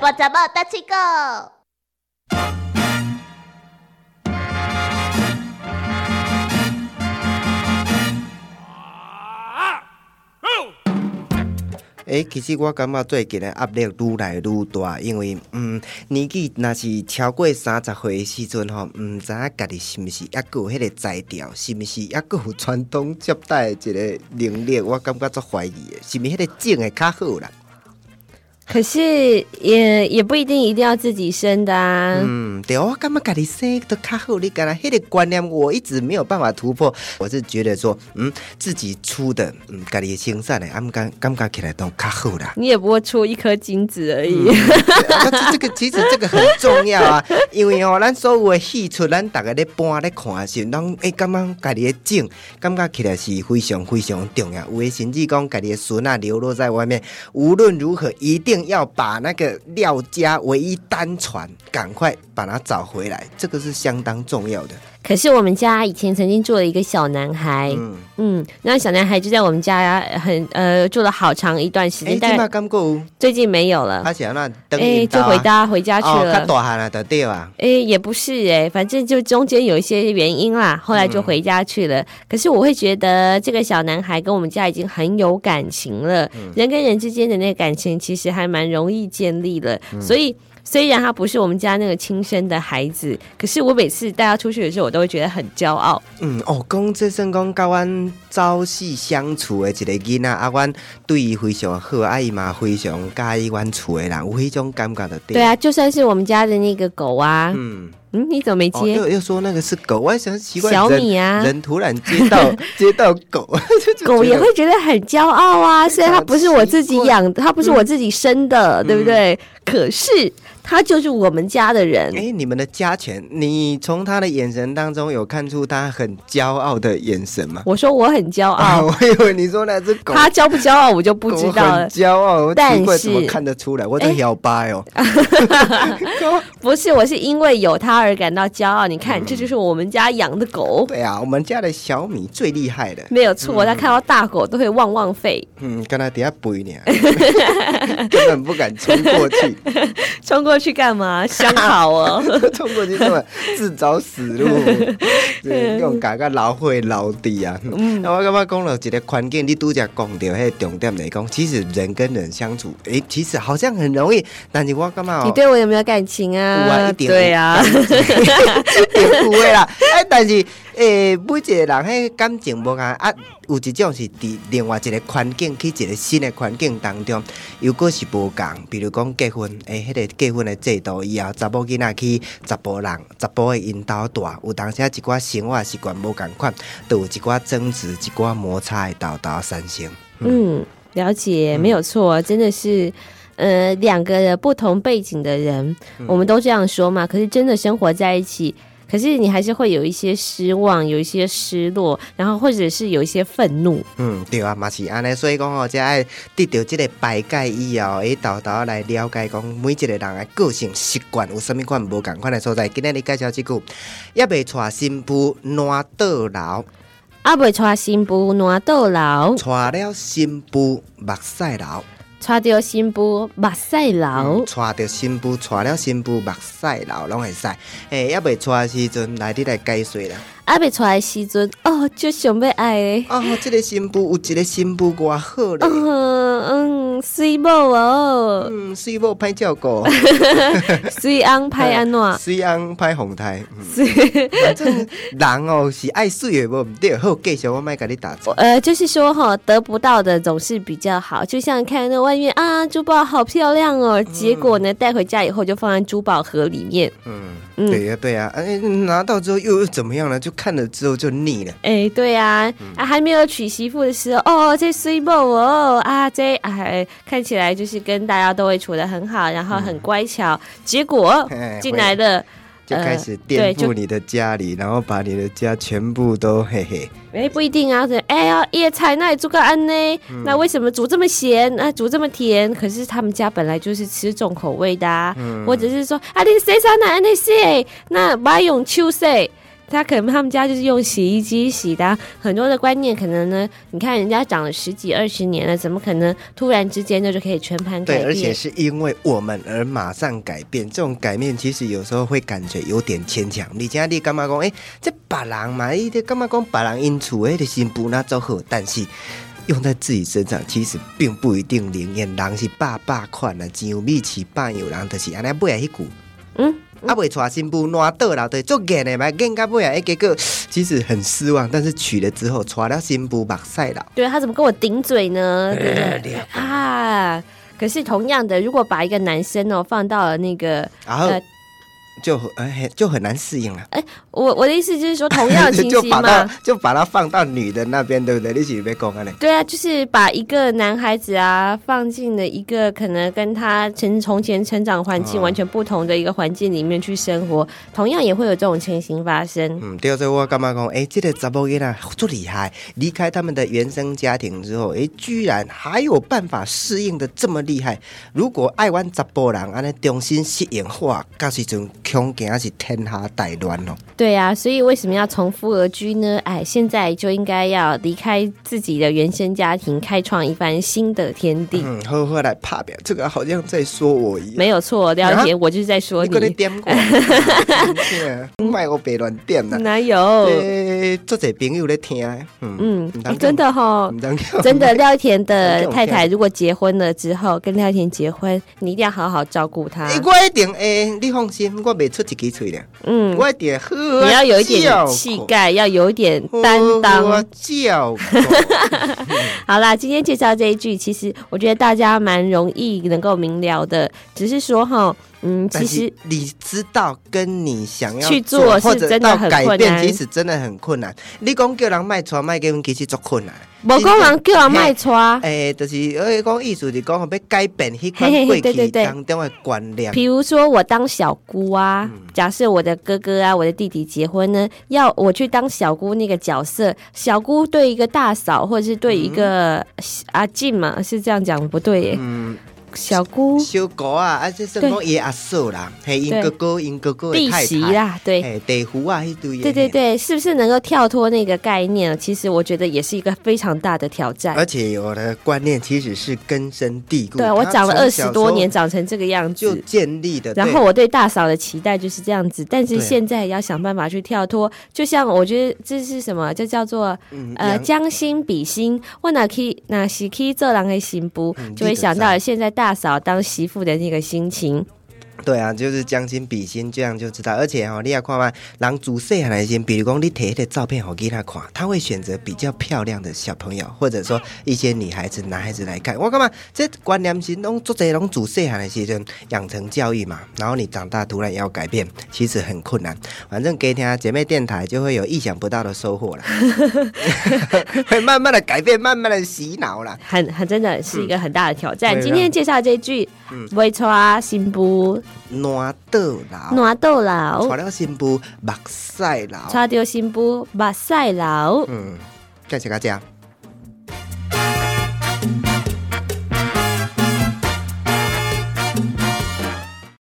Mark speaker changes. Speaker 1: 波怎么大气狗？
Speaker 2: 诶，其实我感觉最近的压力愈来愈大，因为嗯，年纪若是超过三十岁的时阵吼，毋知影家己是毋是抑佫有迄个才调，是毋是抑佫有传统接待的一个能力，我感觉足怀疑的，是毋是迄个种的较好啦？
Speaker 3: 可是也也不一定一定要自己生的啊。
Speaker 2: 嗯，对，我感觉家己生都较好，你敢若迄个观念我一直没有办法突破，我是觉得说，嗯，自己出的，嗯，家己生产的，俺感感觉起来都较好啦。
Speaker 3: 你也不过出一颗精子而已，
Speaker 2: 啊这这个其实这个很重要啊，因为吼、咱所有的戏出，咱逐个咧搬咧看的时候，咱会感觉家己的种，感觉起来是非常非常重要。有的甚至讲家己的孙啊流落在外面，无论如何一定要把那个廖家唯一单传，赶快把它找回来，这个是相当重要的。
Speaker 3: 可是我们家以前曾经住了一个小男孩，
Speaker 2: 嗯，
Speaker 3: 嗯，那小男孩就在我们家很呃住了好长一段时
Speaker 2: 哎、
Speaker 3: 间，
Speaker 2: 欸，
Speaker 3: 但
Speaker 2: 今嘛感觉有，
Speaker 3: 最近没有了
Speaker 2: 他，是安那等
Speaker 3: 哎，
Speaker 2: 引
Speaker 3: 就
Speaker 2: 导
Speaker 3: 回家回家去
Speaker 2: 哦，较
Speaker 3: 了。
Speaker 2: 大汉了就对啊。
Speaker 3: 哎、也不是哎、反正就中间有一些原
Speaker 2: 嗯
Speaker 3: 因啦，后来就回家去了。可是我会觉得这个小男孩跟我们家已经很有感情了，
Speaker 2: 嗯
Speaker 3: 人跟人之间的那个感情其实还蛮容易建立的，
Speaker 2: 嗯
Speaker 3: 所以。虽然他不是我们家那个亲生的孩子，可是我每次带他出去的时候，我都会觉得很骄傲。
Speaker 2: 嗯，哦，讲这算讲甲阮朝夕相处的一个囡仔，啊，阮对伊非常好，啊，伊嘛非常介意阮厝的人，有迄种感觉的对。
Speaker 3: 对，啊，就算是我们家的那个狗啊，嗯，
Speaker 2: 嗯，
Speaker 3: 你怎么没
Speaker 2: 哦，
Speaker 3: 接？
Speaker 2: 又又说那个是狗，我还想奇怪，
Speaker 3: 小
Speaker 2: 人
Speaker 3: 米啊
Speaker 2: 人突然接到 接到狗， 就就
Speaker 3: 狗
Speaker 2: 觉
Speaker 3: 也
Speaker 2: 得
Speaker 3: 会觉得很骄傲啊，虽然它不是我自己养，它不是
Speaker 2: 嗯
Speaker 3: 我自己生的，对不对？可是它就是我们家的人。
Speaker 2: 哎、你们的家犬，你从他的眼神当中有看出他很骄傲的眼神吗？
Speaker 3: 我说我很骄
Speaker 2: 啊，
Speaker 3: 傲，
Speaker 2: 我以为你说那只 狗，
Speaker 3: 它骄不骄傲我就哦不知道
Speaker 2: 狗很
Speaker 3: 了。
Speaker 2: 骄傲，我
Speaker 3: 但
Speaker 2: 奇怪怎么
Speaker 3: 是
Speaker 2: 看得出来？我的
Speaker 3: 哎
Speaker 2: 摇摆哦，
Speaker 3: 不是，我是因为有它而感到骄傲。你看，这就是我们家养的狗，
Speaker 2: 嗯对嗯啊，我们家的小米最厉害的。
Speaker 3: 没有错。它看到大狗都会汪汪吠，
Speaker 2: 嗯，跟他底下背呢， 根本不敢冲过去，
Speaker 3: 冲过去干嘛？相好哦。
Speaker 2: 冲过去根本自找死 路，就是用家个老会老底啊。
Speaker 3: 嗯
Speaker 2: 那我感觉讲了一个环境，你拄则讲到迄重点来讲，其实人跟人相处，诶、其实好像很容易，但是我感觉
Speaker 3: 你
Speaker 2: 哦、
Speaker 3: 对我有没有感情
Speaker 2: 有啊
Speaker 3: 啊
Speaker 2: 一？定有
Speaker 3: 对 啊，
Speaker 2: 也有诶啦。哎，但是诶、每一个人迄感情无共啊，有一种是伫另外一个环境去一个新的环境当中，又果是无共。比如讲结婚，诶、迄、个结婚的制度以后，查某囡仔去查甫人，查甫的因兜住，有当时啊一寡生活习惯无共款，都有一寡争执、一寡摩擦的豆豆产生。
Speaker 3: 嗯，了解，没有错，真的是。呃，两个不同背景的人，我们都这样说嘛。可是真的生活在一起，可是你还是会有一些失望，有一些失落，然后或者是有一些愤怒。
Speaker 2: 嗯，对啊，嘛是安尼，所以讲吼，才爱得到即个排解以后，会豆豆来了解讲每一个人的个性习惯有啥物款无共款的所在。今日你介绍即句，也未娶新妇烂倒流，
Speaker 3: 阿伯娶新妇暖豆老，
Speaker 2: 娶了新妇目屎流，
Speaker 3: 娶到新妇目屎流
Speaker 2: 嗯，娶着新妇娶了新妇目屎流拢会使。诶、也未娶的时阵来你来解说啦。
Speaker 3: 阿伯娶的时阵，哦，就想要爱的，
Speaker 2: 哦，即、个新妇有一个新妇偌好
Speaker 3: 哦
Speaker 2: 咧。
Speaker 3: 嗯嗯，水某哦，
Speaker 2: 嗯，水某歹照顾，
Speaker 3: 水翁歹安怎？
Speaker 2: 水翁歹红胎。嗯反正人哦是爱水的，无毋对。好，继续我卖甲你打折。
Speaker 3: 呃，就是说哈，得不到的总是比较好。就像看那外面啊，珠宝好漂亮哦，结果呢，带回家以后就放在珠宝盒里面。
Speaker 2: 嗯，
Speaker 3: 嗯
Speaker 2: 对呀、对呀、哎、拿到之后又又怎么样呢？就看了之后就腻了。
Speaker 3: 哎，对啊，啊，还没有娶媳妇的时候，哦，这水某哦，啊，这哎，看起来就是跟大家都会处得很好，然后很乖巧，结果
Speaker 2: 哎
Speaker 3: 进来的，
Speaker 2: 就开
Speaker 3: 呃
Speaker 2: 始颠覆你的家里，然后把你的家全部都嘿嘿。
Speaker 3: 哎，不一定啊，可能哎呀，叶菜那里煮个安呢，
Speaker 2: 嗯
Speaker 3: 那为什么煮这么咸，那、煮这么甜？可是他们家本来就是吃重口
Speaker 2: 嗯
Speaker 3: 味的、啊，或者是说啊，你谁啥奶奶谁，那马永秋谁。他可能他们家就是用洗衣机洗的啊，很多的观念可能呢，你看人家长了十几二十年了，怎么可能突然之间那就可以全盘改
Speaker 2: 对，
Speaker 3: 变？
Speaker 2: 而且是因为我们而马上改变，这种改变其实有时候会感觉有点牵强。而且你感觉讲，诶、这别人嘛，伊就感觉讲别人因厝迄个新妇那做好，但是用在自己身上，其实并不一定灵验。人是百百款啊，钱有米饲百有人，就是安尼买迄句。
Speaker 3: 嗯，
Speaker 2: 啊，未娶新妇烂倒啦，对，足硬的嘛，硬到尾啊，诶，结果其实很失望。但是娶了之后，娶了新妇目屎流。
Speaker 3: 对啊他怎么跟我顶嘴
Speaker 2: 哎
Speaker 3: 呢？对不对啊？可是同样的，如果把一个男生哦放到了那个
Speaker 2: 然后
Speaker 3: 呃
Speaker 2: 就很哎、就很难适应了。
Speaker 3: 我我的意思就是说，同样的 情
Speaker 2: 就
Speaker 3: 形
Speaker 2: 把
Speaker 3: 嘛
Speaker 2: 它，就把它放到女的那边，对不对？你是被讲啊嘞？
Speaker 3: 对啊，就是把一个男孩子啊放进了一个可能跟他成从前成长环境
Speaker 2: 啊
Speaker 3: 完全不同的一个环境里面去生活，同样也会有这种情形发生。
Speaker 2: 嗯，对，所以我感觉讲，哎、这个查某囡仔足厉害，离开他们的原生家庭之后，哎、居然还有办法适应的这么厉害。如果爱玩查甫人安尼重新适应化，到时阵恐惊是天下大乱咯。
Speaker 3: 对啊，所以为什么要从夫而居呢？哎，现在就应该要离开自己的原生家庭，开创一番新的天地。
Speaker 2: 嗯，好好来拍表，这个好像在说我一样。
Speaker 3: 没有错，了解，我就是在说
Speaker 2: 你跟你
Speaker 3: 你，
Speaker 2: 点过， 真的卖我白乱点 啦。
Speaker 3: 哪有？
Speaker 2: 诶，做者朋友咧听的，嗯，
Speaker 3: 嗯
Speaker 2: 不能，
Speaker 3: 真的哈、
Speaker 2: 唔当 叫
Speaker 3: 真的，廖一田的
Speaker 2: 这种
Speaker 3: 太太如果结婚了之后，跟廖一田结婚，你一定要好好照顾她。
Speaker 2: 欸我一定会，你放心，我袂出一支嘴的，
Speaker 3: 嗯，
Speaker 2: 我一定会好好
Speaker 3: 你要有一
Speaker 2: 照
Speaker 3: 点
Speaker 2: 顾
Speaker 3: 气，概，要有一点担
Speaker 2: 好好
Speaker 3: 当。
Speaker 2: 照顾。
Speaker 3: 好啦，今天介绍这一句，其实我觉得大家蛮容易能够明了的，只是说哈，嗯， 其
Speaker 2: 但
Speaker 3: 实
Speaker 2: 是你知道，跟你想要
Speaker 3: 去做
Speaker 2: 或
Speaker 3: 是
Speaker 2: 者
Speaker 3: 真的
Speaker 2: 到
Speaker 3: 很
Speaker 2: 改
Speaker 3: 困
Speaker 2: 变，
Speaker 3: 难
Speaker 2: 其实真的很困难。你讲叫人卖船卖给阮，其实足困难。
Speaker 3: 某工人叫人卖穿，
Speaker 2: 诶、就是我讲意思，就是讲要改变迄款
Speaker 3: 啊嘿嘿嘿
Speaker 2: 过
Speaker 3: 对对
Speaker 2: 去
Speaker 3: 对
Speaker 2: 当中的观念。
Speaker 3: 比如说我当小姑啊，
Speaker 2: 嗯
Speaker 3: 假设我的哥哥啊、我的弟弟结婚呢，要我去当小姑那个角色，小姑对一个大嫂，或者是对一个、阿静嘛，是这样讲不对耶，
Speaker 2: 嗯，
Speaker 3: 小姑
Speaker 2: 小姑啊，啊，这算讲伊阿嫂啦，嘿，因
Speaker 3: 对
Speaker 2: 哥哥，因哥哥
Speaker 3: 弟
Speaker 2: 的太
Speaker 3: 媳
Speaker 2: 太，
Speaker 3: 啦，对。
Speaker 2: 嘿，地夫啊，迄堆的。
Speaker 3: 对对对，是不是能够跳脱那个概念？其实我觉得也是一个非常大的挑战
Speaker 2: 而。且我的观念其实是根深蒂固。
Speaker 3: 对啊我
Speaker 2: 他
Speaker 3: 长了
Speaker 2: 从
Speaker 3: 二
Speaker 2: 小
Speaker 3: 十多
Speaker 2: 时候
Speaker 3: 年，长成这个样
Speaker 2: 就
Speaker 3: 子。
Speaker 2: 建立的，
Speaker 3: 然
Speaker 2: 呃对
Speaker 3: 后我对大嫂的期待就是这样子，但是
Speaker 2: 对
Speaker 3: 现在也要想办法去跳脱。就像我觉得这是什么，这叫做
Speaker 2: 嗯
Speaker 3: 呃
Speaker 2: 养
Speaker 3: 将心比心。我哪可以哪是可以做人的行不
Speaker 2: 嗯，
Speaker 3: 就会
Speaker 2: 你就
Speaker 3: 想
Speaker 2: 知
Speaker 3: 到
Speaker 2: 道
Speaker 3: 现在大嫂当媳妇的那个心情。
Speaker 2: 对啊，就是将心比心，这样就知道。而且哦，你也看嘛，人自细汉来先，比如讲你摕迄个照片给囡仔看，他会选择比较漂亮的小朋友，或者说一些女孩子、男孩子来看。我感觉这观念是拢做这拢自细汉的时阵养成教育嘛，然后你长大突然要改变，其实很困难。反正给天姐妹电台就会有意想不到的收获啦，会慢慢的改变，慢慢的洗脑啦。
Speaker 3: 很很真的是一个很大的挑战。
Speaker 2: 嗯对
Speaker 3: 今
Speaker 2: 让
Speaker 3: 天介绍这句
Speaker 2: 嗯
Speaker 3: “未错啊，新妇
Speaker 2: 暖倒啦，
Speaker 3: 暖豆老
Speaker 2: 娶了新妇目屎啦，
Speaker 3: 娶到新妇目屎流。
Speaker 2: 嗯，感谢大家。